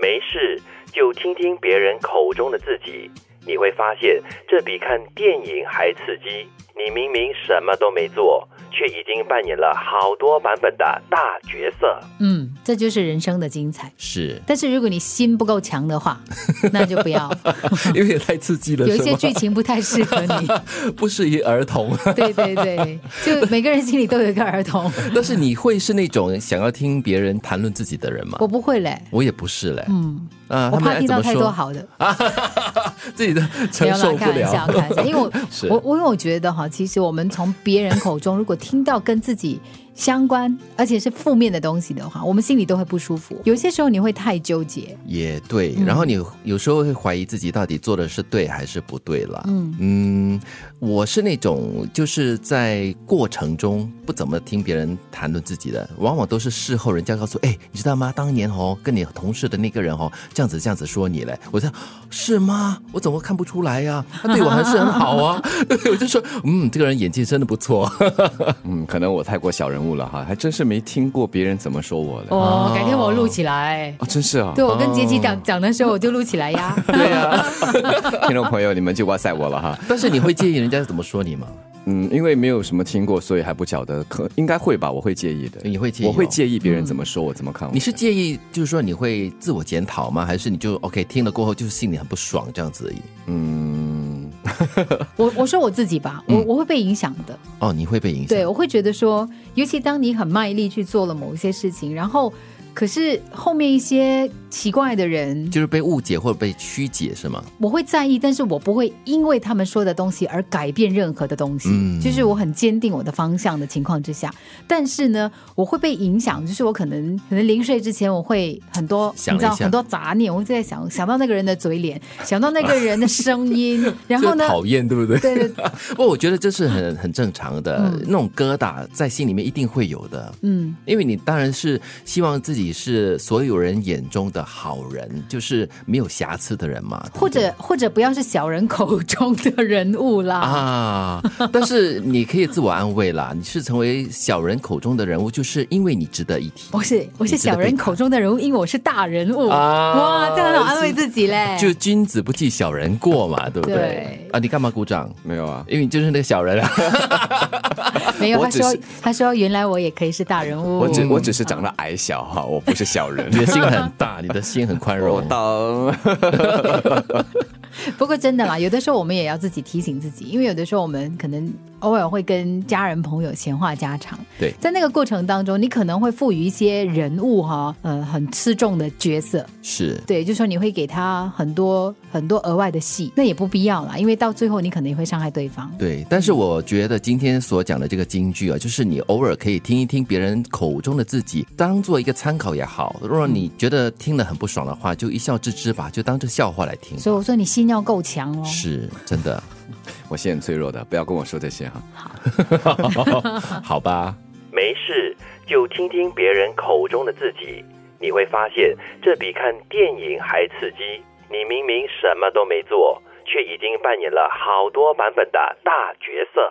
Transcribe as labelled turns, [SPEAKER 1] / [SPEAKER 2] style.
[SPEAKER 1] 没事，就听听别人口中的自己，你会发现这比看电影还刺激。你明明什么都没做，却已经扮演了好多版本的大角色。
[SPEAKER 2] 嗯，这就是人生的精彩。
[SPEAKER 3] 是
[SPEAKER 2] 但是如果你心不够强的话，那就不要。
[SPEAKER 3] 因为也太刺激了，
[SPEAKER 2] 有一
[SPEAKER 3] 是
[SPEAKER 2] 些
[SPEAKER 3] 吗
[SPEAKER 2] 剧情不太适合 你。
[SPEAKER 3] 不适宜儿 童。
[SPEAKER 2] 对对对，就每个人心里都有一个儿 童。
[SPEAKER 3] 但是你会是那种想要听别人谈论自己的人吗？
[SPEAKER 2] 我不会嘞，
[SPEAKER 3] 我也不是嘞，
[SPEAKER 2] 嗯，
[SPEAKER 3] 啊，
[SPEAKER 2] 我
[SPEAKER 3] 他们
[SPEAKER 2] 怕
[SPEAKER 3] 爱
[SPEAKER 2] 听
[SPEAKER 3] 怎
[SPEAKER 2] 到
[SPEAKER 3] 么
[SPEAKER 2] 太多
[SPEAKER 3] 说
[SPEAKER 2] 好的。
[SPEAKER 3] 啊， 自己的
[SPEAKER 2] 没
[SPEAKER 3] 承
[SPEAKER 2] 有啦
[SPEAKER 3] 受，不
[SPEAKER 2] 开玩笑，开
[SPEAKER 3] 了。
[SPEAKER 2] 玩笑，因为我
[SPEAKER 3] 是
[SPEAKER 2] 我我因为我觉得哈，其实我们从别人口中如果听到跟自己相关而且是负面的东西的话，我们心里都会不舒服。有些时候你会太纠结，
[SPEAKER 3] 也对，然后你有时候会怀疑自己到底做的是对还是不对了。
[SPEAKER 2] 嗯
[SPEAKER 3] 嗯，我是那种就是在过程中不怎么听别人谈论自己的，往往都是事后人家告诉，哎，你知道吗？当年哦，跟你同事的那个人哦，这样子这样子说你嘞，我说是吗？我怎么看不出来呀、他对我还是很好啊。 对，我就说，嗯，这个人演技真的不错。
[SPEAKER 4] 嗯，可能我太过小人物了哈，还真是没听过别人怎么说我的。
[SPEAKER 2] 哦，改天我录起来。
[SPEAKER 4] 哦，真是啊！
[SPEAKER 2] 对我啊跟杰奇讲讲的时候，我就录起来呀。
[SPEAKER 4] 对呀、 听众朋友，你们就哇塞我了哈。
[SPEAKER 3] 但是你会介意人家怎么说你吗？
[SPEAKER 4] 嗯，因为没有什么听过，所以还不晓得，可应该会吧？我会介意的，
[SPEAKER 3] 你会介意哦
[SPEAKER 4] 我会介意别人怎么说我，怎么看我。
[SPEAKER 3] 你是介意，就是说你会自我检讨吗？还是你就 OK 听了过后就是心里很不爽这样子而已？
[SPEAKER 4] 嗯，
[SPEAKER 2] 我我说我自己吧，我我会被影响的。
[SPEAKER 3] 哦，你会被嗯影响？
[SPEAKER 2] 对，我会觉得说，尤其当你很卖力去做了某一些事情，然后可是后面一些奇怪的人，
[SPEAKER 3] 就是被误解或者被曲解是吗？
[SPEAKER 2] 我会在意，但是我不会因为他们说的东西而改变任何的东西。
[SPEAKER 3] 嗯
[SPEAKER 2] 就是我很坚定我的方向的情况之下，但是呢，我会被影响，就是我可能可能临睡之前我会很多，
[SPEAKER 3] 想
[SPEAKER 2] 你
[SPEAKER 3] 了一
[SPEAKER 2] 知道
[SPEAKER 3] 下
[SPEAKER 2] 很多杂念，我会在想想到那个人的嘴脸，想到那个人的声 音，然后呢
[SPEAKER 3] 就，讨厌对不对？
[SPEAKER 2] 对对
[SPEAKER 3] 不，我觉得这是很很正常的，
[SPEAKER 2] 嗯
[SPEAKER 3] 那种疙瘩在心里面一定会有的。
[SPEAKER 2] 嗯，
[SPEAKER 3] 因为你当然是希望自己是所有人眼中的好人，就是没有瑕疵的人嘛，对不
[SPEAKER 2] 或
[SPEAKER 3] 对
[SPEAKER 2] 者或者不要是小人口中的人物啦。
[SPEAKER 3] 啊，但是你可以自我安慰啦，你是成为小人口中的人物，就是因为你值得一提。
[SPEAKER 2] 不是，我是
[SPEAKER 3] 你值得
[SPEAKER 2] 小人
[SPEAKER 3] 被
[SPEAKER 2] 口中的人物，因为我是大人物。
[SPEAKER 3] 啊
[SPEAKER 2] 哇，这样很好安慰自己嘞。
[SPEAKER 3] 就君子不计小人过嘛，对不对？
[SPEAKER 2] 哎对
[SPEAKER 3] 啊，你干嘛鼓掌？
[SPEAKER 4] 没有啊。
[SPEAKER 3] 因为你就是那个小人 啊，
[SPEAKER 2] 没有，
[SPEAKER 4] 我
[SPEAKER 2] 他
[SPEAKER 4] 只是
[SPEAKER 2] 说他说原来我也可以是大人物。
[SPEAKER 4] 我
[SPEAKER 3] 哦
[SPEAKER 4] 只我只是长得矮小哈，我不是小 人
[SPEAKER 3] 你。的心很大，你的心很宽
[SPEAKER 4] 我
[SPEAKER 3] 容。
[SPEAKER 4] 当
[SPEAKER 2] 不过真的啦，有的时候我们也要自己提醒自己，因为有的时候我们可能偶尔会跟家人朋友闲话家常。
[SPEAKER 3] 对
[SPEAKER 2] 在那个过程当中，你可能会赋予一些人物哈，呃，很吃重的角色。
[SPEAKER 3] 是
[SPEAKER 2] 对，就说你会给他很多很多额外的戏，那也不必要啦，因为到最后你可能也会伤害对方。
[SPEAKER 3] 对，但是我觉得今天所讲的这个京剧啊，就是你偶尔可以听一听别人口中的自己，当做一个参考也好。如果你觉得听了很不爽的话，就一笑置之吧，就当这笑话来听。
[SPEAKER 2] 所以我说你心要够强哦。
[SPEAKER 3] 是真的，
[SPEAKER 4] 我是很脆弱的，不要跟我说这些哈。
[SPEAKER 3] 好吧？
[SPEAKER 1] 没事，就听听别人口中的自己，你会发现这比看电影还刺激。你明明什么都没做，却已经扮演了好多版本的大角色。